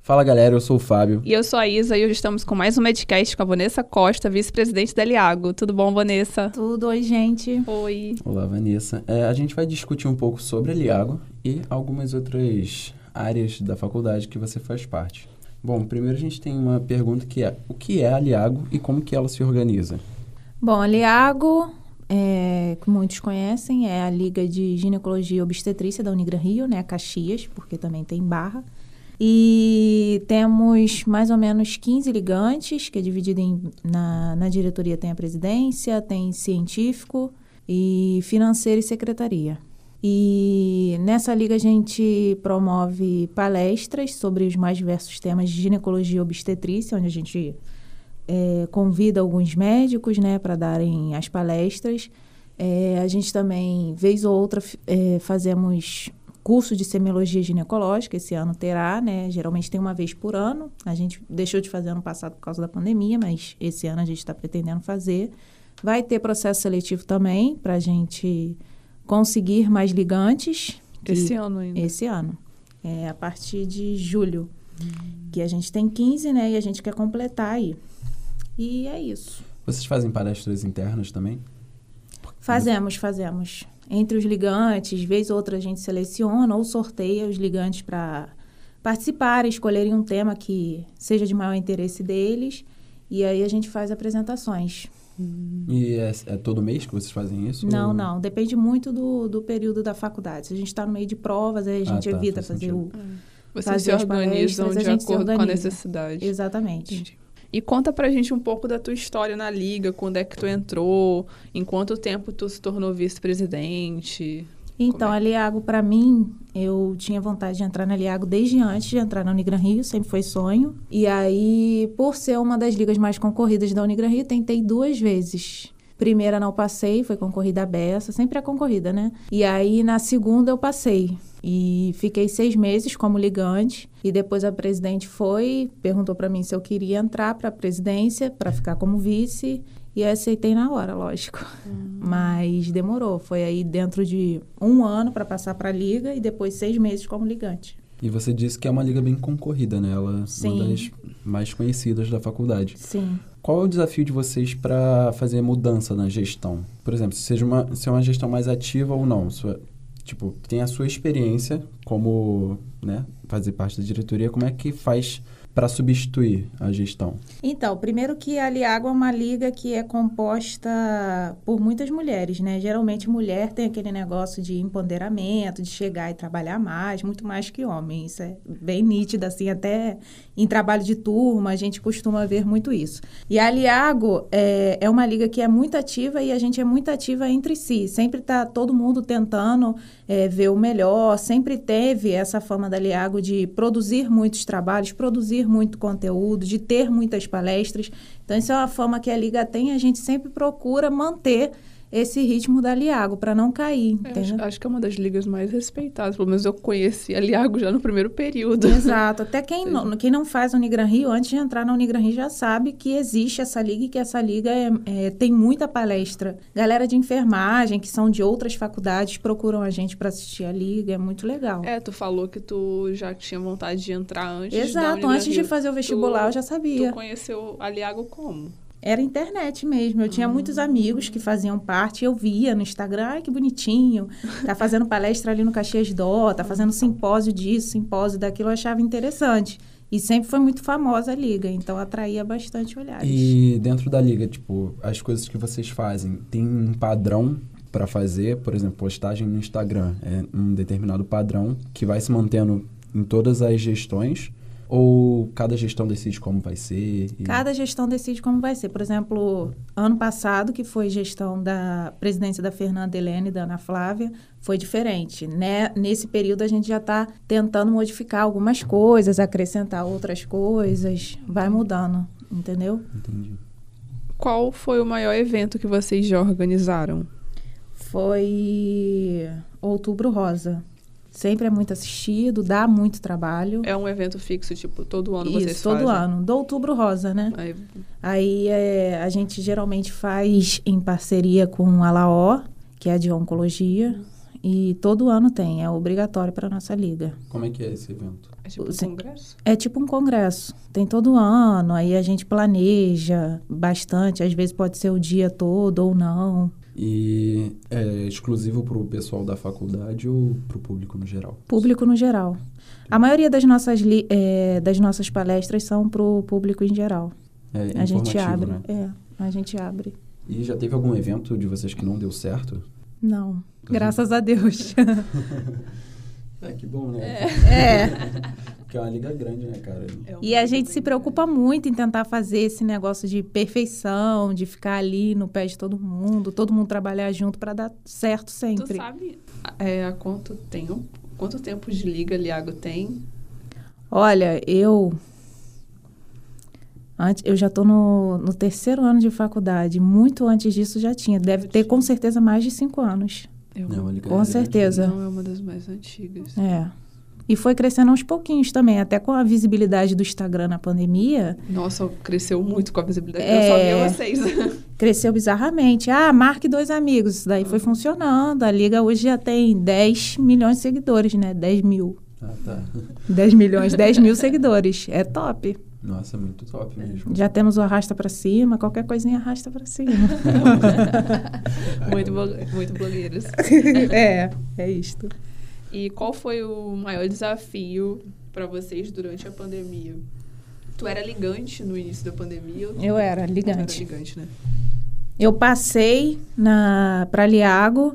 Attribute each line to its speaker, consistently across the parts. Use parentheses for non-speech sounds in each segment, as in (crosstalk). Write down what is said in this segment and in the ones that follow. Speaker 1: Fala galera, eu sou o Fábio.
Speaker 2: E eu sou a Isa e hoje estamos com mais um Medcast com a Vanessa Costa, vice-presidente da Eliago. Tudo bom, Vanessa?
Speaker 3: Tudo, oi, gente.
Speaker 2: Oi.
Speaker 1: Olá, Vanessa. É, a gente vai discutir um pouco sobre a Liago e algumas outras áreas da faculdade que você faz parte. Bom, primeiro a gente tem uma pergunta que é: o que é a Liago e como que ela se organiza?
Speaker 3: Bom, a Liago, é, que muitos conhecem, é a Liga de Ginecologia e Obstetrícia da Unigran Rio, né? Caxias, porque também tem Barra. E temos mais ou menos 15 ligantes, que é dividido em, na, na diretoria tem a presidência, tem científico e financeiro e secretaria. E nessa liga a gente promove palestras sobre os mais diversos temas de ginecologia e obstetrícia, onde a gente é, convida alguns médicos né, para darem as palestras. É, a gente também, vez ou outra, é, fazemos curso de semiologia ginecológica, esse ano terá, né? Geralmente tem uma vez por ano. A gente deixou de fazer ano passado por causa da pandemia, mas esse ano a gente está pretendendo fazer. Vai ter processo seletivo também, para a gente conseguir mais ligantes. que-
Speaker 2: Esse ano ainda.
Speaker 3: Esse ano. É a partir de julho. Que a gente tem 15, né? E a gente quer completar aí. E é isso.
Speaker 1: Vocês fazem palestras internas também?
Speaker 3: Fazemos, fazemos. Entre os ligantes, vez ou outra a gente seleciona ou sorteia os ligantes para participarem, escolherem um tema que seja de maior interesse deles. E aí a gente faz apresentações.
Speaker 1: E é, é todo mês que vocês fazem isso?
Speaker 3: Não,
Speaker 1: Ou-
Speaker 3: não. Depende muito do, do período da faculdade. Se a gente está no meio de provas, aí a
Speaker 1: Ah,
Speaker 3: gente
Speaker 1: tá,
Speaker 3: evita
Speaker 1: faz
Speaker 3: fazer
Speaker 1: sentido.
Speaker 3: o.
Speaker 2: Vocês
Speaker 3: Fazer
Speaker 2: se
Speaker 3: as
Speaker 2: organizam
Speaker 3: palestras, a
Speaker 2: de
Speaker 3: gente se
Speaker 2: acordo com a
Speaker 3: organiza.
Speaker 2: necessidade.
Speaker 3: Exatamente.
Speaker 2: Entendi. E conta pra gente um pouco da tua história na liga, quando é que tu entrou, em quanto tempo tu se tornou vice-presidente.
Speaker 3: Então,
Speaker 2: Como é?
Speaker 3: a Liago, para mim, eu tinha vontade de entrar na Liago desde antes de entrar na Unigran Rio, sempre foi sonho. E aí, por ser uma das ligas mais concorridas da Unigran Rio, tentei duas vezes. Primeira não passei, foi concorrida a beça, sempre é concorrida, né? E aí, na segunda, eu passei. E fiquei seis meses como ligante. E depois a presidente foi, perguntou para mim se eu queria entrar para a presidência, para ficar como vice. E eu aceitei na hora, lógico. Mas demorou. Foi aí dentro de um ano para passar para a liga e depois seis meses como ligante.
Speaker 1: E você disse que é uma liga bem concorrida, né? Ela é uma
Speaker 3: Sim.
Speaker 1: das mais conhecidas da faculdade.
Speaker 3: Sim.
Speaker 1: Qual é o desafio de vocês para fazer mudança na gestão? Por exemplo, se, seja uma, se é uma gestão mais ativa ou não. Sua- tipo, tem a sua experiência como né, fazer parte da diretoria, como é que faz para substituir a gestão?
Speaker 3: Então, primeiro que a Liago é uma liga que é composta por muitas mulheres, né? Geralmente mulher tem aquele negócio de empoderamento, de chegar e trabalhar mais, muito mais que homem. Isso é bem nítido, assim, até em trabalho de turma a gente costuma ver muito isso. E a Liago é, é uma liga que é muito ativa e a gente é muito ativa entre si. Sempre tá todo mundo tentando é, ver o melhor, sempre teve essa fama da Liago de produzir muitos trabalhos, produzir muito conteúdo, de ter muitas palestras. Então, isso é uma fama que a Liga tem e a gente sempre procura manter esse ritmo da Liago para não cair,
Speaker 2: Eu
Speaker 3: entendeu?
Speaker 2: acho, acho que é uma das ligas mais respeitadas, pelo menos eu conheci a Liago já no primeiro período.
Speaker 3: (laughs) Exato. Até quem não, quem não faz Unigran Rio, antes de entrar na Unigran Rio, já sabe que existe essa liga e que essa liga é- é, tem muita palestra. Galera de enfermagem, que são de outras faculdades, procuram a gente para assistir a liga. É muito legal.
Speaker 2: É, tu falou que tu já tinha vontade de entrar antes da
Speaker 3: Exato.
Speaker 2: Unigran
Speaker 3: Antes de
Speaker 2: Rio.
Speaker 3: fazer o vestibular, eu já
Speaker 2: Tu
Speaker 3: sabia.
Speaker 2: conheceu a Liago como?
Speaker 3: Era internet mesmo. Eu tinha muitos amigos que faziam parte. Eu via no Instagram, ai que bonitinho. Tá fazendo palestra ali no Caxias Dó, tá fazendo simpósio disso, simpósio daquilo. Eu achava interessante. E sempre foi muito famosa a liga, então atraía bastante olhares.
Speaker 1: E dentro da liga, tipo, as coisas que vocês fazem, tem um padrão para fazer, por exemplo, postagem no Instagram, é um determinado padrão que vai se mantendo em todas as gestões ou cada gestão decide como vai ser? e-
Speaker 3: Cada gestão decide como vai ser. Por exemplo, ano passado, que foi gestão da presidência da Fernanda Helene e da Ana Flávia, foi diferente. Né? Nesse período, a gente já está tentando modificar algumas coisas, acrescentar outras coisas, vai mudando, entendeu?
Speaker 1: Entendi.
Speaker 2: Qual foi o maior evento que vocês já organizaram?
Speaker 3: Foi Outubro Rosa. Sempre é muito assistido, dá muito trabalho.
Speaker 2: É um evento fixo, tipo, todo ano vocês
Speaker 3: Isso, todo
Speaker 2: fazem? É,
Speaker 3: ano. Do Outubro Rosa, né?
Speaker 2: Aí,
Speaker 3: Aí é, a gente geralmente faz em parceria com a Laó, que é de oncologia, e todo ano tem, é obrigatório para nossa liga.
Speaker 1: Como é que é esse evento?
Speaker 2: É tipo um
Speaker 3: Sim.
Speaker 2: congresso?
Speaker 3: É tipo um congresso, tem todo ano, aí a gente planeja bastante, às vezes pode ser o dia todo ou não,
Speaker 1: E é exclusivo pro pessoal da faculdade ou pro público no geral?
Speaker 3: público no geral. A maioria das nossas, li- eh, das nossas palestras são para o público em geral.
Speaker 1: É
Speaker 3: a gente
Speaker 1: informativo,
Speaker 3: abre.
Speaker 1: né?
Speaker 3: É, a gente abre.
Speaker 1: E já teve algum evento de vocês que não deu certo?
Speaker 3: Não, graças a
Speaker 1: (laughs)
Speaker 3: Deus.
Speaker 1: É, que bom, (laughs) né?
Speaker 3: é.
Speaker 1: Porque é uma liga grande, né, cara?
Speaker 2: É um
Speaker 3: E a
Speaker 2: evento
Speaker 3: gente se
Speaker 2: bem
Speaker 3: preocupa muito em tentar fazer esse negócio de perfeição, de ficar ali no pé de todo mundo, todo mundo trabalhar junto para dar certo
Speaker 2: grande. Tu
Speaker 3: sempre.
Speaker 2: sabe é, há quanto tempo, quanto tempo de liga Liago tem?
Speaker 3: Olha, eu antes eu já tô no, no terceiro ano de faculdade. Muito antes disso já tinha. Deve ter com certeza mais de cinco anos.
Speaker 2: Eu,
Speaker 1: É uma liga
Speaker 3: Com
Speaker 1: grande.
Speaker 3: certeza.
Speaker 2: Não é uma das mais antigas.
Speaker 3: É. E foi crescendo aos pouquinhos também, até com a visibilidade do Instagram na pandemia.
Speaker 2: Nossa, cresceu muito com a visibilidade.
Speaker 3: É.
Speaker 2: Eu só
Speaker 3: (laughs)
Speaker 2: vi vocês.
Speaker 3: cresceu bizarramente. Ah, marque dois amigos. Isso daí foi funcionando. A Liga hoje já tem 10 milhões de seguidores, né? 10 mil.
Speaker 1: Ah, tá. (laughs)
Speaker 3: 10 milhões, 10 (laughs) mil seguidores. É top.
Speaker 1: Nossa, muito top mesmo.
Speaker 3: Já temos o arrasta pra cima, qualquer coisinha arrasta pra cima. (laughs)
Speaker 2: muito, blo- muito blogueiros.
Speaker 3: é, é isto.
Speaker 2: E qual foi o maior desafio pra vocês durante a pandemia? Tu era ligante no início da pandemia? ou tu-
Speaker 3: Eu era
Speaker 2: Tu era
Speaker 3: ligante.
Speaker 2: ligante, né?
Speaker 3: Eu passei na para Liago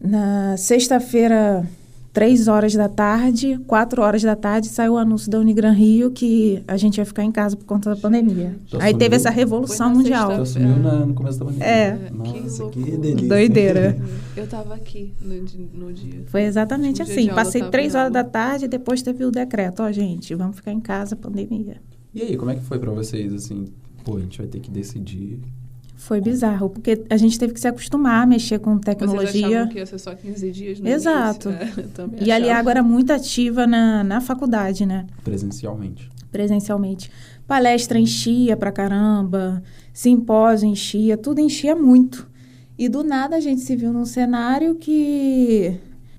Speaker 3: na sexta-feira, 3 horas da tarde, 4 horas da tarde, saiu o anúncio da Unigran Rio que a gente ia ficar em casa por conta da pandemia.
Speaker 1: Já
Speaker 3: Aí teve
Speaker 1: sumiu?
Speaker 3: essa revolução
Speaker 2: Tá Foi na
Speaker 3: mundial.
Speaker 1: Então sumiu na- no começo da pandemia.
Speaker 3: É.
Speaker 1: Nossa, que,
Speaker 2: Que loucura.
Speaker 1: delícia. É.
Speaker 3: Doideira.
Speaker 2: Eu tava aqui no, di- no dia.
Speaker 3: Uhum. Foi exatamente
Speaker 2: Último dia
Speaker 3: assim.
Speaker 2: de aula,
Speaker 3: Passei
Speaker 2: tava
Speaker 3: três
Speaker 2: em
Speaker 3: horas
Speaker 2: aula.
Speaker 3: da tarde e depois teve o decreto. Ó, gente, vamos ficar em casa, pandemia.
Speaker 1: (laughs) E aí, como é que foi pra vocês, assim? Pô, a gente vai ter que decidir.
Speaker 3: Foi bizarro, porque a gente teve que se acostumar a mexer com
Speaker 2: É. Vocês
Speaker 3: tecnologia.
Speaker 2: achavam que ia ser só 15 dias no
Speaker 3: Exato.
Speaker 2: início? É, eu também
Speaker 3: E a
Speaker 2: achava.
Speaker 3: Liago era muito ativa na, na faculdade, né?
Speaker 1: presencialmente.
Speaker 3: Presencialmente. Palestra enchia pra caramba, simpósio enchia, tudo enchia muito. E do nada a gente se viu num cenário que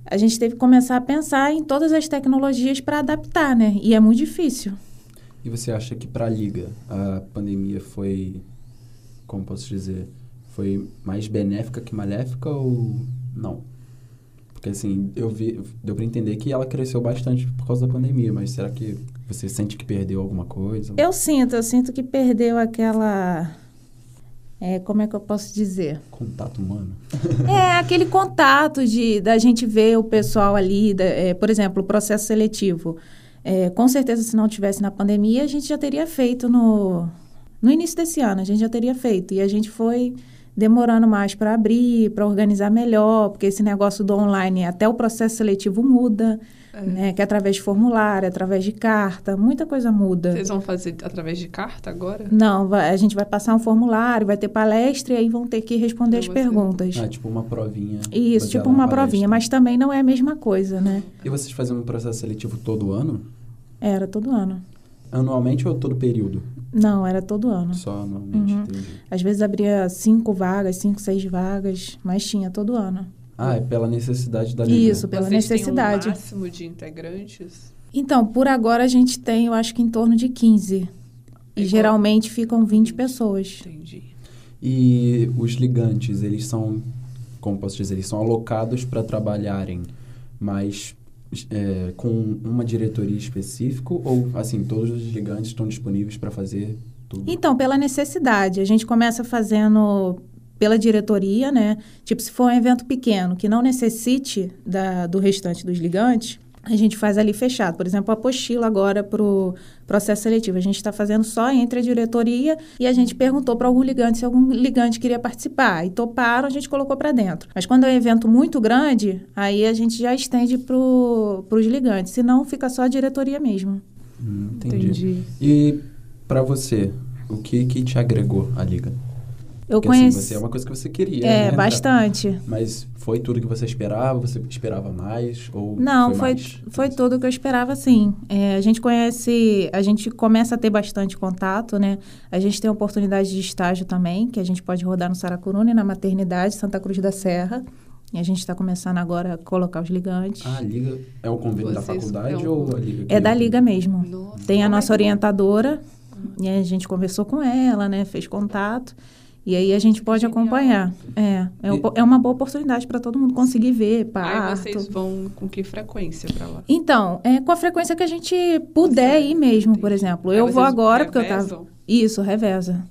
Speaker 3: a gente teve que começar a pensar em todas as tecnologias para adaptar, né? E é muito difícil.
Speaker 1: E você acha que para a liga a pandemia foi, como posso dizer, foi mais benéfica que maléfica ou não? Porque assim, eu vi, deu para entender que ela cresceu bastante por causa da pandemia, mas será que você sente que perdeu alguma coisa?
Speaker 3: Eu sinto, eu sinto que perdeu aquela. é, como é que eu posso dizer?
Speaker 1: Contato humano?
Speaker 3: É aquele contato de da gente ver o pessoal ali, da- é, por exemplo, o processo seletivo. É, com certeza, se não tivesse na pandemia, a gente já teria feito no, no início desse ano, a gente já teria feito. E a gente foi demorando mais para abrir, para organizar melhor, porque esse negócio do online, até o processo seletivo muda,
Speaker 2: É.
Speaker 3: né? Que é através de formulário, através de carta, muita coisa muda.
Speaker 2: Vocês vão fazer através de carta agora?
Speaker 3: Não, vai- a gente vai passar um formulário, vai ter palestra e aí vão ter que responder
Speaker 2: Eu
Speaker 3: as
Speaker 2: vou ser-
Speaker 3: perguntas.
Speaker 1: Ah, tipo uma provinha.
Speaker 3: Isso,
Speaker 1: baseada
Speaker 3: tipo
Speaker 1: na
Speaker 3: uma
Speaker 1: palestra.
Speaker 3: provinha, mas também não é a mesma coisa, né?
Speaker 1: E vocês fazem um processo seletivo todo ano?
Speaker 3: Era todo ano.
Speaker 1: Anualmente ou todo período?
Speaker 3: Não, era todo ano.
Speaker 1: Só anualmente,
Speaker 3: Uhum.
Speaker 1: entendi.
Speaker 3: Às vezes abria cinco vagas, cinco, seis vagas, mas tinha todo ano.
Speaker 1: Ah, é pela necessidade da liga.
Speaker 3: Isso, pela
Speaker 2: Vocês
Speaker 3: necessidade.
Speaker 2: Têm um máximo de integrantes?
Speaker 3: Então, por agora a gente tem, eu acho que em torno de 15. E
Speaker 2: E qual-
Speaker 3: geralmente ficam 20 pessoas.
Speaker 2: Entendi.
Speaker 1: E os ligantes, eles são, como posso dizer, eles são alocados para trabalharem, mas é, com uma diretoria específica ou, assim, todos os ligantes estão disponíveis para fazer tudo?
Speaker 3: Então, pela necessidade, a gente começa fazendo pela diretoria, né? Tipo, se for um evento pequeno que não necessite da- do restante dos ligantes, a gente faz ali fechado. Por exemplo, a apostila agora para o processo seletivo. A gente está fazendo só entre a diretoria e a gente perguntou para algum ligante se algum ligante queria participar. E toparam, a gente colocou para dentro. Mas quando é um evento muito grande, aí a gente já estende para os ligantes. Senão, fica só a diretoria mesmo.
Speaker 1: Hum, entendi. E para você, o que que te agregou a liga?
Speaker 3: Eu
Speaker 1: Porque, assim,
Speaker 3: conheço.
Speaker 1: você é uma coisa que você queria, né?
Speaker 3: É, bastante.
Speaker 1: Mas foi tudo que você esperava? Você esperava mais? Ou
Speaker 3: Não,
Speaker 1: Tipo, foi,
Speaker 3: foi,
Speaker 1: mais?
Speaker 3: foi tudo que eu esperava, sim. É, a gente conhece, a gente começa a ter bastante contato, né? A gente tem oportunidade de estágio também, que a gente pode rodar no Saracuruna e na maternidade Santa Cruz da Serra. E a gente está começando agora a colocar os ligantes.
Speaker 1: Ah, a liga é o convênio da
Speaker 2: Vocês-
Speaker 1: faculdade
Speaker 2: é o-
Speaker 1: ou a liga? que-
Speaker 3: é da liga mesmo.
Speaker 2: Nossa,
Speaker 3: Tem a
Speaker 2: como é
Speaker 3: nossa orientadora, e aí a gente conversou com ela, né? Fez contato. E aí a gente pode
Speaker 2: Genial.
Speaker 3: acompanhar. É, é,
Speaker 1: E-
Speaker 3: opo- é uma boa oportunidade para todo mundo conseguir ver
Speaker 2: Aí
Speaker 3: parto.
Speaker 2: vocês vão com que frequência pra lá?
Speaker 3: Então, é com a frequência que a gente puder ir mesmo, por exemplo. Eu
Speaker 2: Aí
Speaker 3: vou
Speaker 2: vocês é,
Speaker 3: agora porque eu tava
Speaker 2: revezam?
Speaker 3: isso, reveza.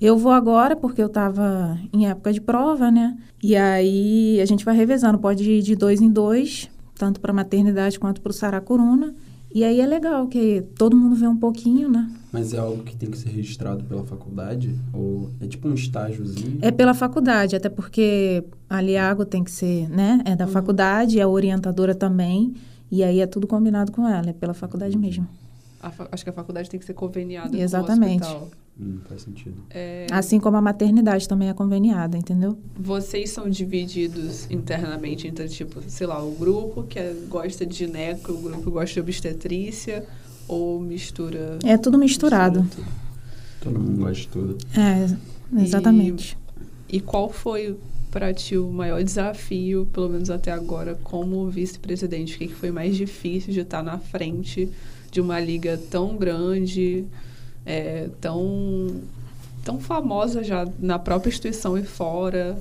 Speaker 3: Eu vou agora porque eu tava em época de prova, né? E aí a gente vai revezando, pode ir de dois em dois, tanto para maternidade quanto para o Saracuruna. E aí é legal que todo mundo vê um pouquinho, né?
Speaker 1: Mas é algo que tem que ser registrado pela faculdade? Ou é tipo um estágiozinho?
Speaker 3: É pela faculdade, até porque a Liago tem que ser, né? É da faculdade, é a orientadora também. E aí é tudo combinado com ela, é pela faculdade mesmo.
Speaker 2: A fa- Acho que a faculdade tem que ser conveniada
Speaker 3: Exatamente.
Speaker 2: com o hospital.
Speaker 1: Hum, faz sentido.
Speaker 2: É,
Speaker 3: Assim como a maternidade também é conveniada, entendeu?
Speaker 2: vocês são divididos internamente entre, tipo, sei lá, o grupo que é- gosta de gineco, o grupo que gosta de obstetrícia, ou mistura...
Speaker 3: É tudo misturado.
Speaker 2: mistura tudo?
Speaker 1: Todo mundo gosta de tudo.
Speaker 3: É, exatamente.
Speaker 2: E qual foi para ti o maior desafio, pelo menos até agora, como vice-presidente? O que, que foi mais difícil de estar na frente de uma liga tão grande, é, tão, tão famosa já na própria instituição e fora?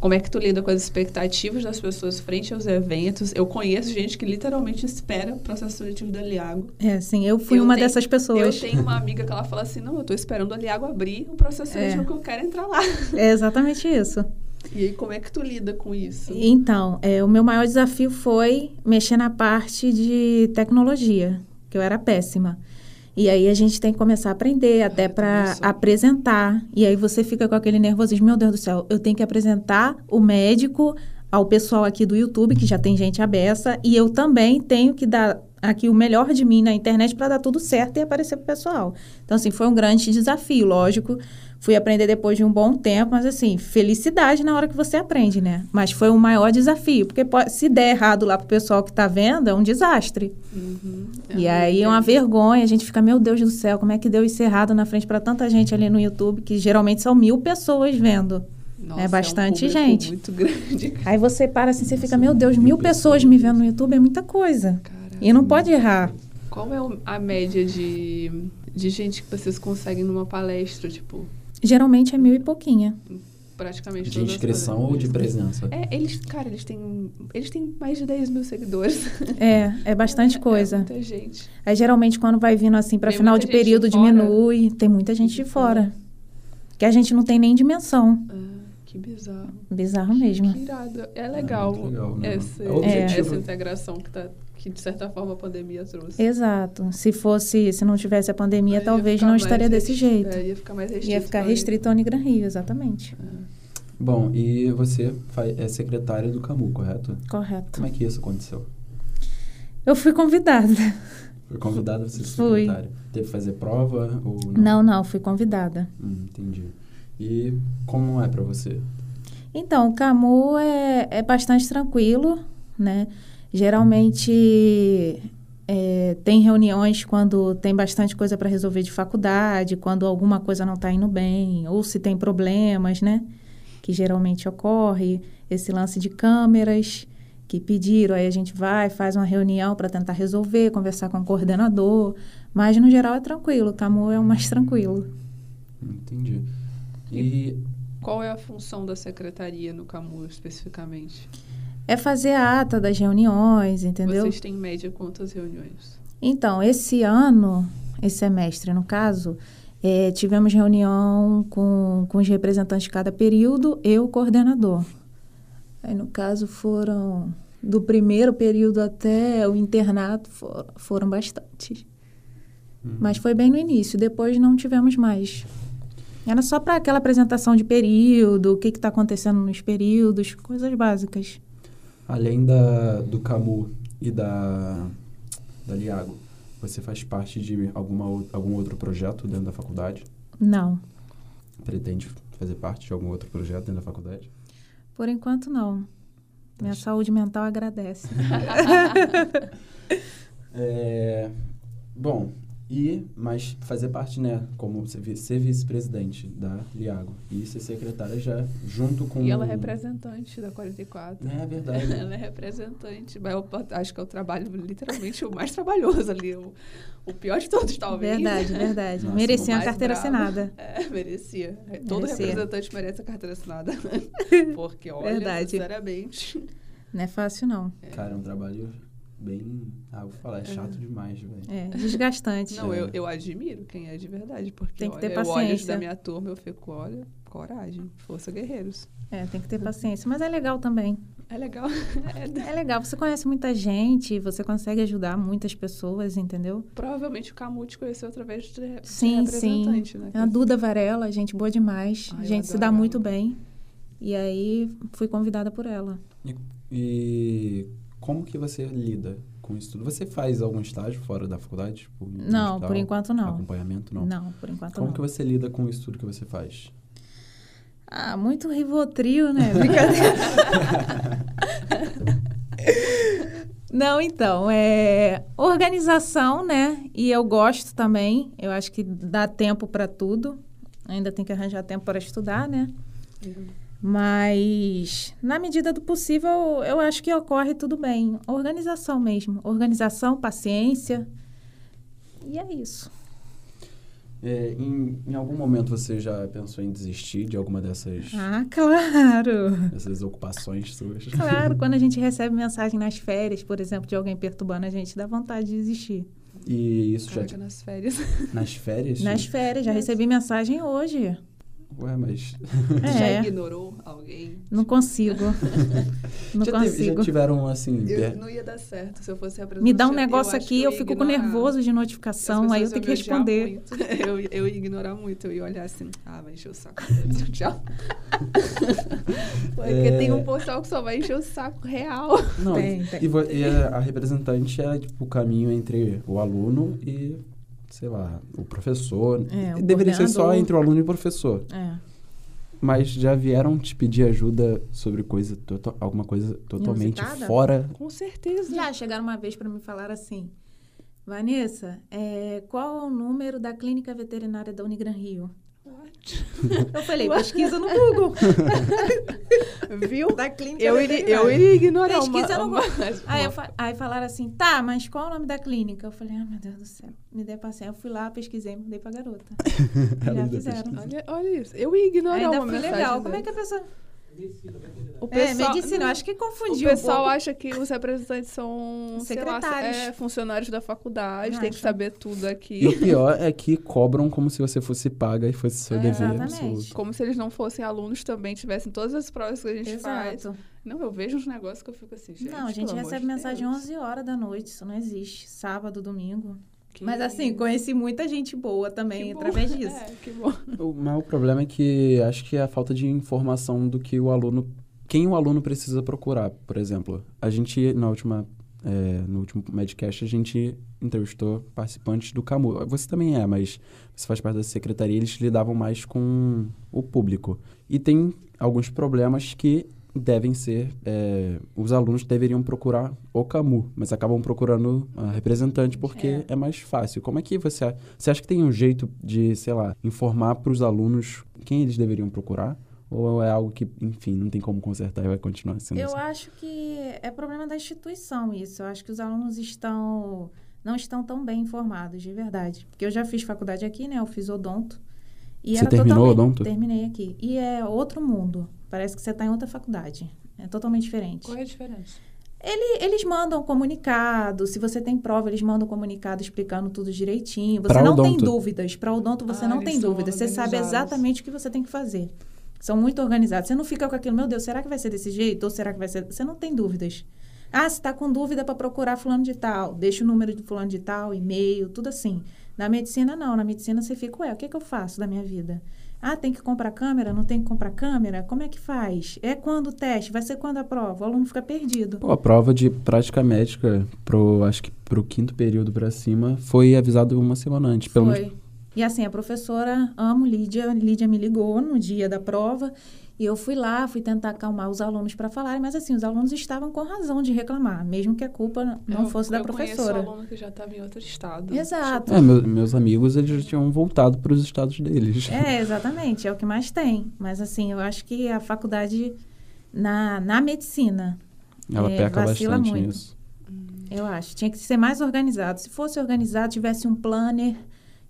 Speaker 2: Como é que tu lida com as expectativas das pessoas frente aos eventos? Eu conheço gente que literalmente espera o processo seletivo da Liago.
Speaker 3: É, sim, eu fui
Speaker 2: Eu
Speaker 3: uma
Speaker 2: tenho-
Speaker 3: dessas
Speaker 2: Eu
Speaker 3: pessoas.
Speaker 2: tenho uma amiga que ela fala assim, não, eu tô esperando a Liago abrir o processo
Speaker 3: É.
Speaker 2: seletivo que eu quero entrar lá.
Speaker 3: É exatamente isso.
Speaker 2: E aí, como é que tu lida com isso?
Speaker 3: Então, é, o meu maior desafio foi mexer na parte de tecnologia, que eu era péssima. E aí a gente tem que começar a aprender, até
Speaker 2: eu
Speaker 3: para
Speaker 2: também sou.
Speaker 3: apresentar. E aí você fica com aquele nervosismo, meu Deus do céu, eu tenho que apresentar o médico ao pessoal aqui do YouTube, que já tem gente abessa, e eu também tenho que dar aqui o melhor de mim na internet para dar tudo certo e aparecer pro pessoal. Então, assim, foi um grande desafio, lógico. Fui aprender depois de um bom tempo, mas assim, felicidade na hora que você aprende, né? Mas foi o maior desafio, porque po- se der errado lá pro pessoal que tá vendo, é um desastre. E aí é uma vergonha, a gente fica, meu Deus do céu, como é que deu isso errado na frente para tanta gente ali no YouTube, que geralmente são mil pessoas vendo.
Speaker 2: Nossa,
Speaker 3: bastante
Speaker 2: é um público
Speaker 3: gente.
Speaker 2: muito grande.
Speaker 3: Aí você para assim, você fica, meu Deus,
Speaker 1: Mil
Speaker 3: mil pessoas
Speaker 1: pessoas.
Speaker 3: me vendo no YouTube é muita coisa.
Speaker 2: Cara,
Speaker 3: E não pode errar.
Speaker 2: qual é o- a média de, de gente que vocês conseguem numa palestra? Tipo,
Speaker 3: Geralmente é mil e pouquinha.
Speaker 2: praticamente
Speaker 1: De
Speaker 2: todas as
Speaker 1: inscrição ou de
Speaker 2: palestras.
Speaker 1: presença?
Speaker 2: É, eles, cara, eles têm, eles têm mais de 10 mil seguidores.
Speaker 3: É, é bastante
Speaker 2: (laughs) É
Speaker 3: coisa.
Speaker 2: muita gente.
Speaker 3: Aí geralmente quando vai vindo assim para
Speaker 2: Tem
Speaker 3: final
Speaker 2: muita
Speaker 3: de
Speaker 2: gente de
Speaker 3: período
Speaker 2: fora.
Speaker 3: diminui, tem muita gente de fora. Que a gente não tem nem dimensão.
Speaker 2: Ah, que bizarro.
Speaker 3: Bizarro É mesmo.
Speaker 2: Que irado. É legal,
Speaker 1: muito legal, né?
Speaker 2: essa,
Speaker 1: É o objetivo.
Speaker 2: essa integração que, tá, que, de certa forma, a pandemia trouxe.
Speaker 3: Exato. Se fosse, se não tivesse a pandemia,
Speaker 2: Aí ia
Speaker 3: talvez
Speaker 2: ficar
Speaker 3: não
Speaker 2: mais
Speaker 3: estaria desse
Speaker 2: restri-
Speaker 3: jeito.
Speaker 2: é, ia ficar mais restrito. É.
Speaker 3: Ia ficar
Speaker 2: né?
Speaker 3: restrito ao Unigran Rio, exatamente.
Speaker 1: Bom, e você fa- é secretária do CAMU, correto?
Speaker 3: Correto.
Speaker 1: Como é que isso aconteceu?
Speaker 3: Eu fui convidada.
Speaker 1: Foi convidada a ser
Speaker 3: Fui.
Speaker 1: secretária? Teve que fazer prova ou não?
Speaker 3: Não, não, fui convidada.
Speaker 1: Hum, entendi. E como é pra você?
Speaker 3: Então, o Camu é, é bastante tranquilo, né? Geralmente é, tem reuniões quando tem bastante coisa para resolver de faculdade, quando alguma coisa não está indo bem, ou se tem problemas, né? Que geralmente ocorre, esse lance de câmeras que pediram, aí a gente vai, faz uma reunião para tentar resolver, conversar com o coordenador, mas no geral é tranquilo, o Camu é o mais tranquilo.
Speaker 1: Entendi. E
Speaker 2: Qual é a função da secretaria no CAMU especificamente?
Speaker 3: É fazer a ata das reuniões, entendeu?
Speaker 2: Vocês têm em média quantas reuniões?
Speaker 3: Então, esse ano, esse semestre, no caso, eh, tivemos reunião com, com os representantes de cada período e o coordenador. Aí, no caso, foram do primeiro período até o internato, for- foram bastantes.
Speaker 1: Uhum.
Speaker 3: Mas foi bem no início, depois não tivemos mais. Era só para aquela apresentação de período, o que está acontecendo nos períodos, coisas básicas.
Speaker 1: além da, do CAMU e da, da Liago, você faz parte de alguma, ou- algum outro projeto dentro da faculdade?
Speaker 3: Não,
Speaker 1: Pretende fazer parte de algum outro projeto dentro da faculdade?
Speaker 3: por enquanto não. Minha saúde mental agradece.
Speaker 1: É, bom, E, mas fazer parte, né, como ser vi- ser vice-presidente da Liago e ser secretária já junto com...
Speaker 2: E ela
Speaker 3: Hum.
Speaker 2: é representante da 44.
Speaker 1: É verdade.
Speaker 2: (laughs) Ela é representante. Mas eu acho que é o trabalho literalmente o mais trabalhoso ali. O, o pior de todos, talvez.
Speaker 3: Verdade, verdade.
Speaker 1: Nossa,
Speaker 3: Merecia
Speaker 2: o
Speaker 3: uma
Speaker 2: mais
Speaker 3: carteira
Speaker 2: brabo.
Speaker 3: assinada.
Speaker 2: É, (laughs) merecia. Todo
Speaker 3: Merecia.
Speaker 2: representante merece a carteira
Speaker 3: (laughs)
Speaker 2: assinada. Porque, olha,
Speaker 3: Verdade.
Speaker 2: sinceramente.
Speaker 3: Não é fácil, não.
Speaker 1: Cara, é um trabalho bem... Ah, vou falar, é chato
Speaker 2: Uhum.
Speaker 1: demais, velho.
Speaker 3: É desgastante.
Speaker 2: Não, eu, eu admiro quem é de verdade. Porque,
Speaker 3: Tem que
Speaker 2: olha,
Speaker 3: ter
Speaker 2: eu olho os
Speaker 3: paciência.
Speaker 2: da minha turma, eu fico, olha, coragem, força guerreiros.
Speaker 3: É, tem que ter paciência. Mas é legal também.
Speaker 2: É legal. (laughs) É,
Speaker 3: É legal, você conhece muita gente, você consegue ajudar muitas pessoas, entendeu?
Speaker 2: provavelmente o Camu te conheceu através de re- de
Speaker 3: Sim, É
Speaker 2: representante,
Speaker 3: sim.
Speaker 2: né?
Speaker 3: A Duda Varela, gente boa demais.
Speaker 2: Ai, eu
Speaker 3: gente se
Speaker 2: adoro
Speaker 3: dá
Speaker 2: ela.
Speaker 3: muito bem. E aí fui convidada por ela.
Speaker 1: E como que você lida com isso tudo? Você faz algum estágio fora da faculdade? Tipo, em
Speaker 3: Não,
Speaker 1: hospital,
Speaker 3: por enquanto não.
Speaker 1: Acompanhamento, não?
Speaker 3: Não, por enquanto
Speaker 1: Como
Speaker 3: não.
Speaker 1: que você lida com isso tudo que você faz?
Speaker 3: Ah, muito rivotril, né? Brincadeira. Não, então, é organização, né? E eu gosto também. Eu acho que dá tempo para tudo. Ainda tem que arranjar tempo para estudar, né? Mas, na medida do possível, eu acho que ocorre tudo bem. Organização mesmo. Organização, paciência. E é isso.
Speaker 1: É, em, em algum momento você já pensou em desistir de alguma dessas,
Speaker 3: Ah, claro!
Speaker 1: dessas ocupações suas?
Speaker 3: Claro, quando a gente recebe mensagem nas férias, por exemplo, de alguém perturbando a gente, dá vontade de desistir.
Speaker 1: E isso já
Speaker 2: Caraca,
Speaker 1: te...
Speaker 2: nas férias.
Speaker 1: Nas férias?
Speaker 3: Nas férias, já recebi mensagem hoje.
Speaker 1: Ué, mas...
Speaker 2: Já
Speaker 3: (laughs) É,
Speaker 2: ignorou alguém?
Speaker 3: não consigo. Não
Speaker 1: já, teve- já
Speaker 3: consigo.
Speaker 1: tiveram, assim...
Speaker 2: Eu,
Speaker 1: per-
Speaker 2: não ia dar certo se eu fosse apresentar.
Speaker 3: Me dá um negócio aqui, eu fico com nervoso de notificação, aí eu tenho que responder.
Speaker 2: Eu, (laughs) eu ia ignorar muito, eu ia olhar assim, ah, vai encher o saco. (laughs) Tchau. Porque
Speaker 1: É.
Speaker 2: tem um pessoal que só vai encher o saco real.
Speaker 1: Não,
Speaker 3: Tem,
Speaker 1: e-
Speaker 3: tem.
Speaker 1: E, vo- e a, a representante é tipo o caminho entre o aluno e, sei lá, o professor.
Speaker 3: É, o
Speaker 1: Deveria ser só
Speaker 3: coordenador.
Speaker 1: entre o aluno e o professor.
Speaker 3: É,
Speaker 1: Mas já vieram te pedir ajuda sobre coisa tota- alguma coisa totalmente
Speaker 3: Inusitada?
Speaker 1: fora.
Speaker 2: Com certeza.
Speaker 3: Já chegaram uma vez para me falar assim, Vanessa, é, qual é o número da clínica veterinária da Unigran Rio? Eu falei, pesquisa no (laughs) Google.
Speaker 2: Viu?
Speaker 3: Da clínica
Speaker 2: Eu iria, eu iria ignorar uma,
Speaker 3: Pesquisa no
Speaker 2: uma,
Speaker 3: Aí, eu fa- aí falaram assim, tá, mas qual o nome da clínica? Eu falei, ah, meu Deus do céu. Me dei paciência. Eu fui lá, pesquisei, mandei pra garota.
Speaker 1: Ela
Speaker 3: Já
Speaker 1: ainda
Speaker 3: fizeram.
Speaker 2: Olha, olha isso. Eu ia ignorar
Speaker 3: Ainda
Speaker 2: uma
Speaker 3: foi
Speaker 2: mensagem
Speaker 3: legal. Como
Speaker 2: dessa.
Speaker 3: é que a pessoa...
Speaker 2: O
Speaker 3: É,
Speaker 2: pessoal,
Speaker 3: medicina, eu acho que
Speaker 2: O
Speaker 3: confundiu
Speaker 2: pessoal
Speaker 3: um pouco.
Speaker 2: acha que os representantes são sei lá,
Speaker 3: Secretários.
Speaker 2: é, funcionários da faculdade,
Speaker 3: Não
Speaker 2: tem que
Speaker 3: acha?
Speaker 2: saber tudo
Speaker 1: E (laughs)
Speaker 3: (laughs)
Speaker 2: aqui.
Speaker 1: o pior é que cobram como se você fosse paga e fosse seu
Speaker 2: É,
Speaker 1: dever
Speaker 3: exatamente.
Speaker 1: absoluto.
Speaker 2: Como se eles não fossem alunos também, tivessem todas as provas que a gente faz.
Speaker 3: Exato.
Speaker 2: Não, eu vejo uns negócios que eu fico assim, gente.
Speaker 3: não, a gente
Speaker 2: pelo amor
Speaker 3: recebe
Speaker 2: de
Speaker 3: mensagem
Speaker 2: Deus.
Speaker 3: 11 horas da noite, isso não existe. Sábado, domingo.
Speaker 2: Que-
Speaker 3: Mas assim, conheci muita gente boa também
Speaker 2: que bom.
Speaker 3: através disso.
Speaker 2: É, que
Speaker 3: (laughs)
Speaker 2: bom.
Speaker 1: O, mas o problema é que acho que é a falta de informação do que o aluno. Quem o aluno precisa procurar, por exemplo. A gente, na última, é, no último Medcast, a gente entrevistou participantes do CAMU. Você também é, mas você faz parte da secretaria, eles lidavam mais com o público. E tem alguns problemas que devem ser. é, os alunos deveriam procurar o CAMU, mas acabam procurando a representante porque
Speaker 3: É.
Speaker 1: é. mais fácil. Como é que você. a- Você acha que tem um jeito de, sei lá, informar para os alunos quem eles deveriam procurar? Ou é algo que, enfim, não tem como consertar e vai continuar sendo
Speaker 3: Eu
Speaker 1: assim?
Speaker 3: acho que é problema da instituição isso. Eu acho que os alunos estão não estão tão bem informados, de verdade. Porque eu já fiz faculdade aqui, né? Eu fiz odonto. E
Speaker 1: Você terminou
Speaker 3: totalmente-
Speaker 1: odonto?
Speaker 3: Terminei aqui. E é outro mundo. Parece que você está em outra faculdade. É totalmente diferente.
Speaker 2: é a diferença?
Speaker 3: E eles mandam comunicado. Se você tem prova, eles mandam comunicado explicando tudo direitinho. Você
Speaker 1: Pra
Speaker 3: não tem
Speaker 1: odonto.
Speaker 3: dúvidas. Para odonto, você
Speaker 2: Ah,
Speaker 3: não
Speaker 2: eles
Speaker 3: tem
Speaker 2: são
Speaker 3: dúvidas. Você sabe
Speaker 2: organizados.
Speaker 3: exatamente o que você tem que fazer. São muito organizados. Você não fica com aquilo, meu Deus, será que vai ser desse jeito? Ou será que vai ser. Você não tem dúvidas. Ah, se está com dúvida para procurar fulano de tal, deixa o número de fulano de tal, e-mail, tudo assim. Na medicina, não. Na medicina, você fica, ué, o que, que eu faço da minha vida? Ah, tem que comprar câmera? Não tem que comprar câmera? Como é que faz? É quando o teste? Vai ser quando a prova? O aluno fica perdido.
Speaker 1: Pô, a prova de prática médica, pro, acho que pro quinto período para cima, foi avisado uma semana antes. Pelo menos
Speaker 3: Foi. E assim, a professora, amo Lídia, Lídia me ligou no dia da prova E eu fui lá, fui tentar acalmar os alunos para falarem, mas assim, os alunos estavam com razão de reclamar, mesmo que a culpa não
Speaker 2: Eu-
Speaker 3: fosse da
Speaker 2: Eu
Speaker 3: professora.
Speaker 2: conheço aluno que já estava em outro estado.
Speaker 3: Exato.
Speaker 1: É, meu- meus amigos, eles já tinham voltado para os estados deles.
Speaker 3: É, exatamente, é o que mais tem. Mas assim, eu acho que a faculdade na, na medicina,
Speaker 1: (laughs) Ela
Speaker 3: é,
Speaker 1: peca
Speaker 3: vacila
Speaker 1: bastante
Speaker 3: muito.
Speaker 1: nisso.
Speaker 3: eu acho, tinha que ser mais organizado. Se fosse organizado, tivesse um planner,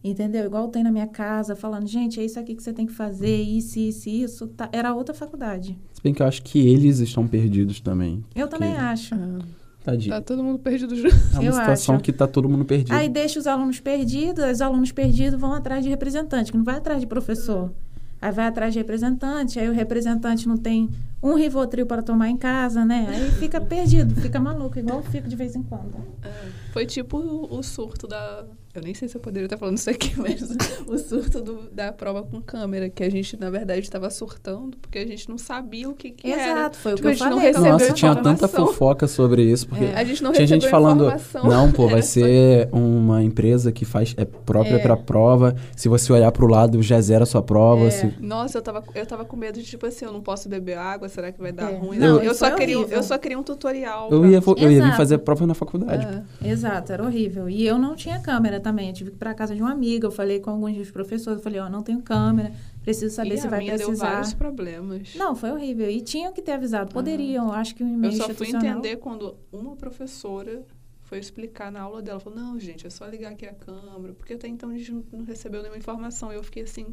Speaker 3: entendeu? Igual tem na minha casa, falando, gente, é isso aqui que você tem que fazer, isso, isso, isso. tá- Era outra faculdade.
Speaker 1: Se bem que eu acho que eles estão perdidos também.
Speaker 3: Eu também
Speaker 1: Que-
Speaker 3: acho.
Speaker 1: Tadinho.
Speaker 2: Tá todo mundo perdido junto.
Speaker 1: É uma
Speaker 3: eu
Speaker 1: situação
Speaker 3: acho.
Speaker 1: que tá todo mundo perdido.
Speaker 3: Aí deixa os alunos perdidos, os alunos perdidos vão atrás de representante, que não vai atrás de professor. Aí vai atrás de representante, aí o representante não tem um rivotril para tomar em casa, né? Aí fica perdido, fica maluco, igual eu fico de vez em quando.
Speaker 2: Foi tipo o, o surto da. Eu nem sei se eu poderia estar falando isso aqui, (laughs) mas o surto do- da prova com câmera, que a gente, na verdade, estava surtando, porque a gente não sabia o que, que era.
Speaker 3: Exato, foi o
Speaker 2: Tipo,
Speaker 3: que
Speaker 2: a
Speaker 3: eu
Speaker 2: gente não
Speaker 3: falei.
Speaker 2: recebeu
Speaker 1: Nossa, tinha tanta
Speaker 2: informação.
Speaker 1: fofoca sobre isso, porque
Speaker 3: É.
Speaker 2: A gente não
Speaker 1: tinha
Speaker 2: recebeu
Speaker 1: gente falando,
Speaker 2: informação.
Speaker 1: não, pô, vai
Speaker 2: Era
Speaker 1: ser uma empresa que faz é própria
Speaker 3: É.
Speaker 1: pra prova. Se você olhar pro lado, já zera a sua prova.
Speaker 3: É.
Speaker 1: se-
Speaker 2: Nossa, eu tava, eu tava com medo de, tipo assim, eu não posso beber água, será que vai dar
Speaker 3: É.
Speaker 2: ruim?
Speaker 3: Não,
Speaker 2: Não, eu
Speaker 3: isso
Speaker 2: só,
Speaker 3: é
Speaker 2: queria,
Speaker 3: horrível.
Speaker 2: eu só queria um tutorial.
Speaker 1: Eu
Speaker 2: pra-
Speaker 1: ia, vo- eu ia vir
Speaker 3: Exato.
Speaker 1: fazer a prova na faculdade.
Speaker 3: Ah,
Speaker 2: É.
Speaker 3: Exato, era horrível. E eu não tinha câmera também. Eu tive que ir para casa de uma amiga, eu falei com alguns dos professores, eu falei, ó, não tenho câmera, preciso saber
Speaker 2: E
Speaker 3: se
Speaker 2: a
Speaker 3: vai
Speaker 2: minha deu
Speaker 3: precisar.
Speaker 2: vários problemas.
Speaker 3: Não, foi horrível. E tinham que ter avisado. Poderiam, acho que o
Speaker 2: eu
Speaker 3: e-mail
Speaker 2: só fui
Speaker 3: institucional-
Speaker 2: entender quando uma professora foi explicar na aula dela. Ela Falou, não, gente, é só ligar aqui a câmera, porque até então a gente não- não recebeu nenhuma informação. E eu fiquei assim,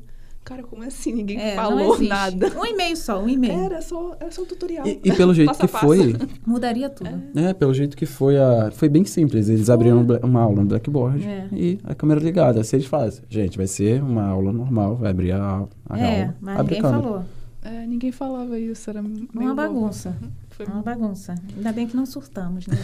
Speaker 2: cara, como assim? Ninguém
Speaker 3: É, não
Speaker 2: falou
Speaker 3: existe.
Speaker 2: nada.
Speaker 3: Um e-mail só, um e-mail.
Speaker 2: Era só, era só um
Speaker 3: Ah.
Speaker 2: tutorial.
Speaker 1: E, e
Speaker 2: (laughs)
Speaker 1: pelo jeito
Speaker 2: Passo a
Speaker 1: que
Speaker 2: passo.
Speaker 1: foi,
Speaker 3: Mudaria tudo.
Speaker 1: é, pelo jeito que foi a, foi bem simples. Eles abriram um bla- uma aula no Blackboard
Speaker 3: É.
Speaker 1: e a câmera ligada. Se eles fazem, gente, vai ser uma aula normal, vai abrir a, a
Speaker 3: É,
Speaker 1: aula,
Speaker 3: mas
Speaker 1: Ah, abre a
Speaker 3: ninguém
Speaker 1: câmera.
Speaker 3: falou.
Speaker 2: É, ninguém falava isso, era meio
Speaker 3: Uma
Speaker 2: louco.
Speaker 3: bagunça.
Speaker 2: Foi-
Speaker 3: Uma bagunça. Ainda bem que não surtamos,
Speaker 2: (laughs)
Speaker 3: né?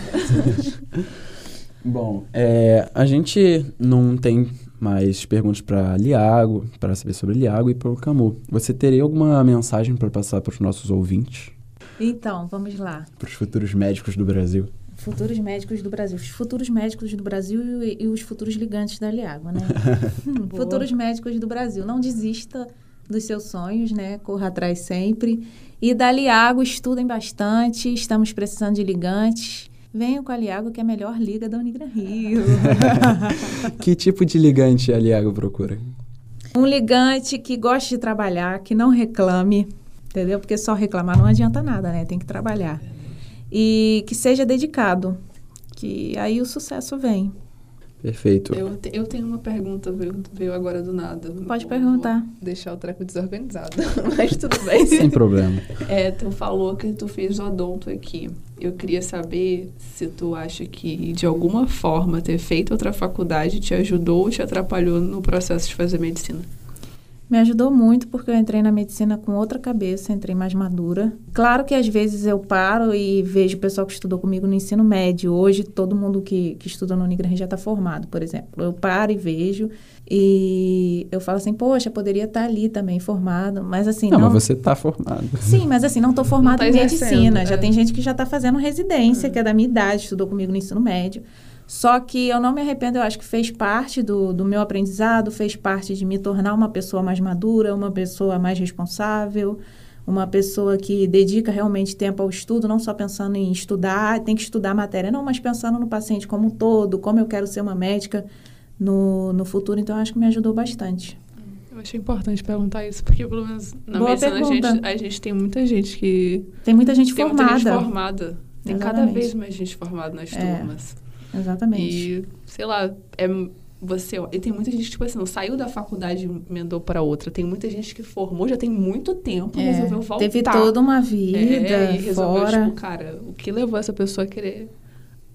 Speaker 1: Bom, é, a gente não tem mais perguntas para Liago, para saber sobre Liago e para o Camu. Você teria alguma mensagem para passar para os nossos ouvintes,
Speaker 3: Então, vamos lá.
Speaker 1: para os futuros médicos do Brasil?
Speaker 3: Futuros médicos do Brasil. Os futuros médicos do Brasil e, e os futuros ligantes da Liágua,
Speaker 1: (laughs)
Speaker 3: né? Hum,
Speaker 2: Boa.
Speaker 3: futuros médicos do Brasil. Não desista dos seus sonhos, né? Corra atrás sempre. E da Liago, estudem bastante. Estamos precisando de ligantes. Venham com a Liago, que é a melhor liga da Unigran Rio.
Speaker 1: (laughs) que tipo de ligante a Liago procura?
Speaker 3: Um ligante que goste de trabalhar, que não reclame, entendeu? Porque só reclamar não adianta nada, né? Tem que trabalhar. E que seja dedicado, que aí o sucesso vem.
Speaker 1: Perfeito.
Speaker 2: Eu, te- eu tenho uma pergunta, veio, veio agora do nada.
Speaker 3: Pode
Speaker 2: Vou-
Speaker 3: perguntar.
Speaker 2: vou deixar o treco desorganizado, (laughs) mas tudo bem. (laughs)
Speaker 1: Sem problema.
Speaker 2: É, tu falou que tu fez odonto aqui. Eu queria saber se tu acha que, de alguma forma, ter feito outra faculdade te ajudou ou te atrapalhou no processo de fazer medicina.
Speaker 3: Me ajudou muito porque eu entrei na medicina com outra cabeça, entrei mais madura. Claro que às vezes eu paro e vejo o pessoal que estudou comigo no ensino médio. Hoje todo mundo que, que estuda no Unigran já está formado, por exemplo. Eu paro e vejo e eu falo assim, poxa, poderia estar ali também formado. Mas assim,
Speaker 1: não,
Speaker 3: não,
Speaker 1: mas você tá formado.
Speaker 3: Sim, mas assim, não estou
Speaker 2: Não tá
Speaker 3: formada em
Speaker 2: exercendo,
Speaker 3: medicina. Já
Speaker 2: é. Hum.
Speaker 3: tem gente que já está fazendo residência, que é da minha idade, estudou comigo no ensino médio. Só que eu não me arrependo, eu acho que fez parte do, do meu aprendizado, fez parte de me tornar uma pessoa mais madura, uma pessoa mais responsável, uma pessoa que dedica realmente tempo ao estudo, não só pensando em estudar, tem que estudar a matéria, não, mas pensando no paciente como um todo, como eu quero ser uma médica no, no futuro. Então, eu acho que me ajudou bastante.
Speaker 2: Eu achei importante perguntar isso, porque pelo menos na
Speaker 3: Boa
Speaker 2: medicina a
Speaker 3: pergunta.
Speaker 2: gente, a gente tem muita gente que.
Speaker 3: Tem muita gente
Speaker 2: tem
Speaker 3: formada.
Speaker 2: muita gente formada. Tem cada
Speaker 3: Exatamente.
Speaker 2: vez mais gente formada nas
Speaker 3: É,
Speaker 2: turmas.
Speaker 3: Exatamente.
Speaker 2: E, sei lá, é você. E tem muita gente que, tipo assim, não saiu da faculdade e emendou para outra. Tem muita gente que formou já tem muito tempo e
Speaker 3: É,
Speaker 2: resolveu voltar.
Speaker 3: Teve toda uma vida
Speaker 2: É, e resolveu,
Speaker 3: fora.
Speaker 2: tipo, cara, o que levou essa pessoa a querer,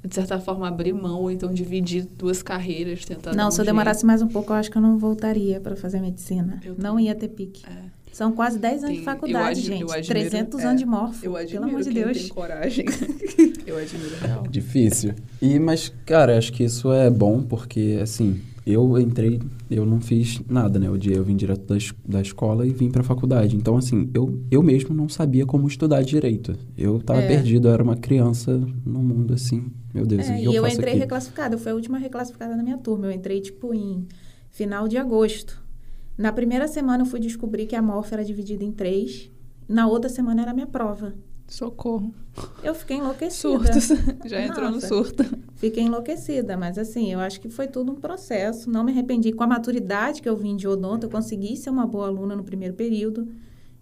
Speaker 2: de certa forma, abrir mão, ou então dividir duas carreiras, tentar. dar
Speaker 3: não,
Speaker 2: um
Speaker 3: se eu
Speaker 2: jeito.
Speaker 3: demorasse mais um pouco, eu acho que eu não voltaria para fazer medicina.
Speaker 2: Eu
Speaker 3: não
Speaker 2: também.
Speaker 3: ia ter pique.
Speaker 2: É.
Speaker 3: São quase 10 anos
Speaker 2: Tem-
Speaker 3: de
Speaker 2: eu
Speaker 3: faculdade,
Speaker 2: admi- eu
Speaker 3: gente.
Speaker 2: admiro-
Speaker 3: 300
Speaker 2: é,
Speaker 3: anos de morfo.
Speaker 2: Eu admiro
Speaker 3: pelo amor de
Speaker 2: quem
Speaker 3: Deus.
Speaker 2: tem coragem. (laughs) eu admiro
Speaker 1: É
Speaker 2: real.
Speaker 1: Difícil. E, mas, cara, acho que isso é bom porque, assim, eu entrei, eu não fiz nada, né? Eu, di- eu vim direto da, es- da escola e vim pra faculdade. Então, assim, eu, eu mesmo não sabia como estudar direito. Eu tava
Speaker 3: É.
Speaker 1: perdido, eu era uma criança num mundo assim, meu Deus, o
Speaker 3: É,
Speaker 1: que
Speaker 3: e
Speaker 1: eu,
Speaker 3: eu,
Speaker 1: faço
Speaker 3: entrei
Speaker 1: aqui?
Speaker 3: reclassificada. Eu fui a última reclassificada da minha turma. Eu entrei, tipo, em final de agosto. Na primeira semana, eu fui descobrir que a morfa era dividida em três. Na outra semana era a minha prova.
Speaker 2: Socorro.
Speaker 3: Eu fiquei enlouquecida.
Speaker 2: Surtos. (laughs) Já entrou no
Speaker 3: É Nossa.
Speaker 2: surto.
Speaker 3: Fiquei enlouquecida, mas assim, eu acho que foi tudo um processo. Não me arrependi. Com a maturidade que eu vim de odonto, eu consegui ser uma boa aluna no primeiro período,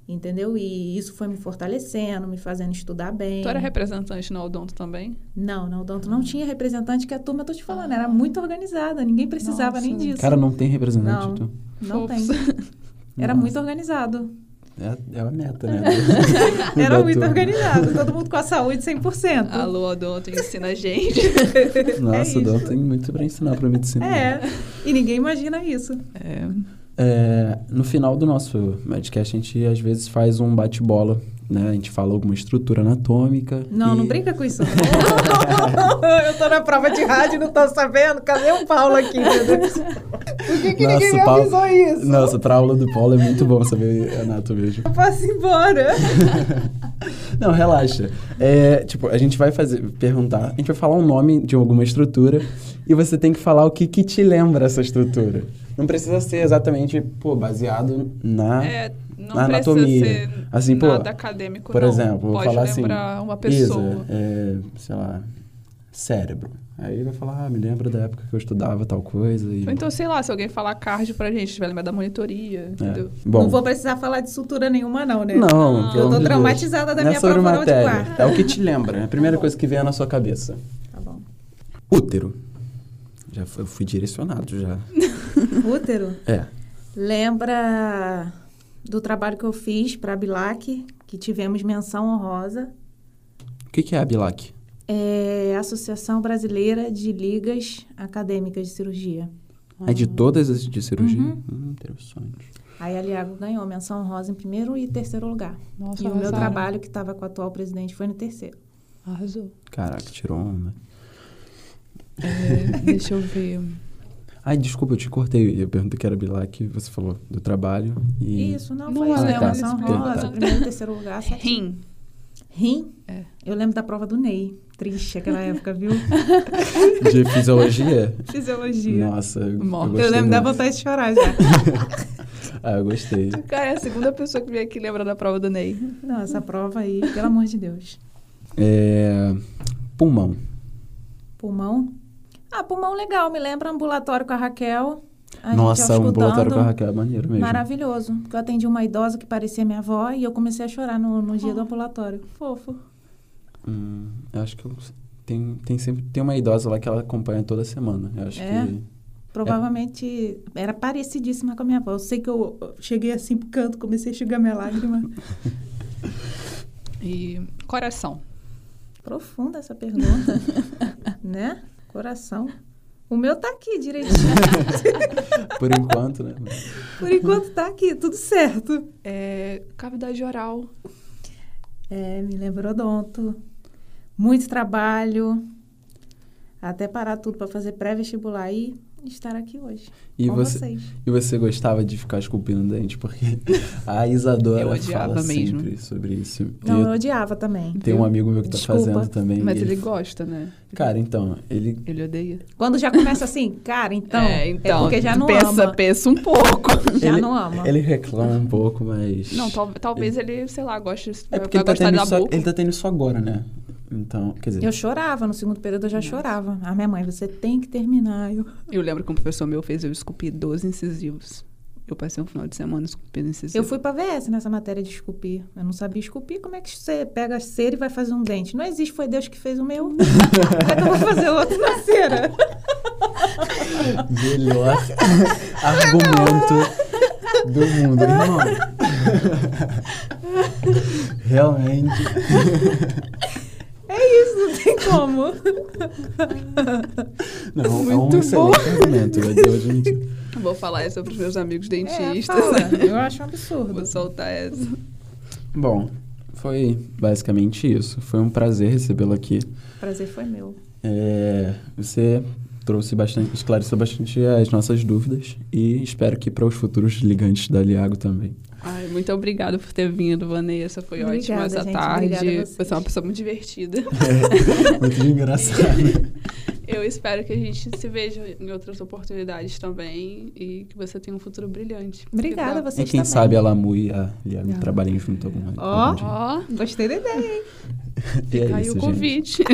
Speaker 3: entendeu? E isso foi me fortalecendo, me fazendo estudar bem.
Speaker 2: Tu era representante na Odonto também?
Speaker 3: Não, na odonto não tinha representante, que a turma, eu tô te falando, era muito organizada, ninguém precisava nem
Speaker 2: Nossa.
Speaker 3: disso.
Speaker 1: Cara, não tem representante.
Speaker 3: assim. Não.
Speaker 1: tu?
Speaker 3: não tem.
Speaker 2: Fofos.
Speaker 3: (laughs) Era
Speaker 1: Nossa.
Speaker 3: muito organizado.
Speaker 1: É, é a meta,
Speaker 3: (laughs)
Speaker 1: né?
Speaker 3: Era
Speaker 1: Da
Speaker 3: muito
Speaker 1: turma.
Speaker 3: organizado, todo mundo com a
Speaker 2: (laughs)
Speaker 3: saúde 100%.
Speaker 2: Alô, Odonto, ensina a gente.
Speaker 1: Nossa,
Speaker 3: É
Speaker 1: o Dan
Speaker 3: isso.
Speaker 1: tem muito pra ensinar pra medicina.
Speaker 3: É, e ninguém imagina isso.
Speaker 2: É,
Speaker 1: É, no final do nosso podcast, a gente às vezes faz um bate-bola, né? A gente fala alguma estrutura anatômica.
Speaker 3: Não,
Speaker 1: e-
Speaker 3: não brinca com isso. não. (laughs) eu tô na prova de rádio e não tô sabendo. Cadê o Paulo aqui? meu Deus? Por que, que
Speaker 1: Nossa,
Speaker 3: ninguém me
Speaker 1: Paulo-
Speaker 3: avisou isso?
Speaker 1: Nossa, pra aula do Paulo é muito bom saber anato mesmo.
Speaker 3: Eu posso ir embora.
Speaker 1: Não, relaxa. É, tipo, a gente vai fazer, perguntar, a gente vai falar um nome de alguma estrutura e você tem que falar o que, que te lembra essa estrutura. Não precisa ser exatamente, pô, baseado na...
Speaker 2: É, não
Speaker 1: Na
Speaker 2: precisa
Speaker 1: anatomia.
Speaker 2: ser
Speaker 1: Assim, pô,
Speaker 2: nada acadêmico,
Speaker 1: por
Speaker 2: não.
Speaker 1: exemplo, vou
Speaker 2: Pode
Speaker 1: falar assim,
Speaker 2: lembrar uma
Speaker 1: Isa,
Speaker 2: pessoa.
Speaker 1: é, sei lá, cérebro. Aí vai falar, ah, me lembra da época que eu estudava tal coisa e...
Speaker 2: Ou Então, sei lá, se alguém falar cardio pra gente, a gente vai lembrar da monitoria, entendeu?
Speaker 1: é. Bom,
Speaker 3: Não vou precisar falar de sutura nenhuma, não, né?
Speaker 1: não, pelo
Speaker 3: Eu
Speaker 1: amor
Speaker 3: tô
Speaker 1: de Deus.
Speaker 3: traumatizada da
Speaker 1: Não é
Speaker 3: minha
Speaker 1: sobre
Speaker 3: prova oral de
Speaker 1: matéria,
Speaker 3: quarta.
Speaker 1: é o que te lembra, é a primeira coisa que vier na sua cabeça.
Speaker 3: Tá bom.
Speaker 1: Útero. Já fui, eu fui direcionado,
Speaker 3: (laughs)
Speaker 1: já.
Speaker 3: Útero,
Speaker 1: É.
Speaker 3: lembra do trabalho que eu fiz pra Bilac, que tivemos menção honrosa.
Speaker 1: O que, que é a Bilac?
Speaker 3: É a Associação Brasileira de Ligas Acadêmicas de Cirurgia.
Speaker 1: É de todas as de cirurgia?
Speaker 3: Ah. Uhum.
Speaker 1: Hum, interessante.
Speaker 3: Aí a Liago ganhou menção honrosa em primeiro e terceiro lugar.
Speaker 2: Nossa,
Speaker 3: e o meu
Speaker 2: arrasaram.
Speaker 3: trabalho, que estava com o atual presidente, foi no terceiro.
Speaker 2: Arrasou.
Speaker 1: Caraca, tirou onda.
Speaker 2: É, (laughs) deixa eu ver.
Speaker 1: Ai, desculpa, eu te cortei. Eu perguntei que era Bilac, você falou do trabalho. E...
Speaker 3: Isso, não,
Speaker 2: Não,
Speaker 3: foi
Speaker 2: ela
Speaker 3: isso.
Speaker 1: é uma
Speaker 3: menção
Speaker 1: disciplina.
Speaker 3: honrosa,
Speaker 1: Tá.
Speaker 3: primeiro e terceiro lugar. certinho.
Speaker 2: (laughs) Rim.
Speaker 3: Rim?
Speaker 2: É.
Speaker 3: Eu lembro da prova do Ney. Triste aquela época, viu?
Speaker 1: De
Speaker 3: (laughs)
Speaker 1: fisiologia?
Speaker 3: Fisiologia.
Speaker 1: Nossa, eu, eu
Speaker 2: Nossa.
Speaker 1: gostei.
Speaker 3: eu lembro da
Speaker 1: muito.
Speaker 3: vontade de chorar já.
Speaker 1: Ah, eu gostei.
Speaker 2: Cara, é a segunda pessoa que veio aqui lembra da prova do Ney.
Speaker 3: não, essa prova aí, pelo amor de Deus.
Speaker 1: É... Pulmão.
Speaker 3: Pulmão? Ah, pulmão legal. Me lembra ambulatório com a Raquel. A gente
Speaker 1: Nossa, um ambulatório com a
Speaker 3: auscultando.
Speaker 1: Raquel é maneiro mesmo.
Speaker 3: Maravilhoso. Porque eu atendi uma idosa que parecia minha avó e eu comecei a chorar no, no dia do ambulatório. Fofo.
Speaker 1: Hum, eu acho que eu... Tem, tem sempre tem uma idosa lá que ela acompanha toda semana. Eu acho
Speaker 3: É?
Speaker 1: que.
Speaker 3: Provavelmente era parecidíssima com a minha avó. Eu sei que eu eu cheguei assim pro canto, comecei a enxugar
Speaker 2: (laughs)
Speaker 3: minha lágrima.
Speaker 2: E coração.
Speaker 3: Profunda
Speaker 2: (laughs)
Speaker 3: essa pergunta. né? Coração. O meu tá aqui direitinho.
Speaker 1: Por enquanto, né?
Speaker 3: Por enquanto tá aqui, tudo certo.
Speaker 2: É, cavidade oral.
Speaker 3: É, me lembrou odonto. Muito trabalho. Até parar tudo pra fazer pré-vestibular e estar aqui hoje.
Speaker 1: E
Speaker 3: com
Speaker 1: você,
Speaker 3: vocês.
Speaker 2: assim?
Speaker 1: E você gostava de ficar esculpindo dente? Porque a Isadora
Speaker 2: Eu odiava
Speaker 1: fala
Speaker 2: mesmo.
Speaker 1: sempre sobre isso.
Speaker 3: Não, eu
Speaker 1: eu
Speaker 3: odiava também.
Speaker 1: tenho um amigo meu que tá
Speaker 3: Desculpa,
Speaker 1: fazendo também.
Speaker 2: Mas
Speaker 1: e
Speaker 2: ele gosta, né?
Speaker 1: Cara, então, ele...
Speaker 2: Ele odeia.
Speaker 3: Quando já começa assim, cara, então.
Speaker 2: é, então.
Speaker 3: porque já
Speaker 2: tu
Speaker 3: não
Speaker 2: pensa,
Speaker 3: ama.
Speaker 2: pensa um pouco.
Speaker 3: Já
Speaker 1: ele,
Speaker 3: não ama.
Speaker 1: Ele reclama um pouco, mas...
Speaker 2: (laughs) Não, tal- talvez ele, sei lá, goste.
Speaker 1: É porque ele
Speaker 2: vai
Speaker 1: tá,
Speaker 2: gostar
Speaker 1: tendo
Speaker 2: da
Speaker 1: isso,
Speaker 2: boca.
Speaker 1: ele tá tendo isso agora, né? Então, quer dizer...
Speaker 3: Eu chorava, no segundo período eu já chorava. Ah, minha mãe, você tem que terminar. Eu...
Speaker 2: Eu lembro que um professor meu fez eu esculpir 12 incisivos. Eu passei um final de semana esculpindo incisivos.
Speaker 3: eu fui pra VS nessa matéria de esculpir. Eu não sabia esculpir. Como é que você pega a cera e vai fazer um dente? Não existe, foi Deus que fez o (laughs) meu. Como é que eu vou fazer outro na cera?
Speaker 1: Melhor (laughs) argumento do mundo, irmão. (laughs) Realmente.
Speaker 3: É isso, não tem como.
Speaker 1: Não, é um
Speaker 2: Muito bom.
Speaker 1: excelente argumento. Eu devo admitir.
Speaker 2: Vou falar isso pros meus amigos
Speaker 3: É,
Speaker 2: dentistas. né?
Speaker 3: fala. Eu acho um
Speaker 2: Vou
Speaker 3: absurdo.
Speaker 2: soltar essa.
Speaker 1: Bom, foi basicamente isso. Foi um prazer recebê-lo aqui.
Speaker 3: (laughs) Prazer foi meu.
Speaker 1: É, você trouxe bastante, esclareceu bastante as nossas dúvidas e espero que para os futuros ligantes da Liago
Speaker 2: (laughs)
Speaker 1: também.
Speaker 2: Ai, muito obrigada por ter vindo, Vanessa. Foi
Speaker 3: Obrigada,
Speaker 2: ótimo essa
Speaker 3: gente. Obrigada
Speaker 2: tarde.
Speaker 3: a vocês. (laughs)
Speaker 2: Você é uma pessoa muito divertida.
Speaker 1: Muito engraçado.
Speaker 2: Eu espero que a gente se veja em outras oportunidades também e que você tenha um futuro brilhante.
Speaker 3: Obrigada,
Speaker 2: Obrigado.
Speaker 1: E
Speaker 3: vocês
Speaker 1: quem
Speaker 3: também.
Speaker 1: sabe a Lamu e a Liago
Speaker 3: Ah.
Speaker 1: trabalhem junto algum,
Speaker 3: Ó,
Speaker 1: algum dia.
Speaker 2: Ó,
Speaker 3: Gostei da ideia, hein?
Speaker 1: E é
Speaker 2: fica aí
Speaker 1: isso, gente.
Speaker 2: o convite.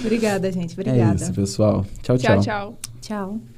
Speaker 3: Obrigada, gente.
Speaker 1: É
Speaker 3: Obrigada.
Speaker 1: isso, pessoal.
Speaker 2: É (laughs) tchau, tchau.
Speaker 3: Tchau.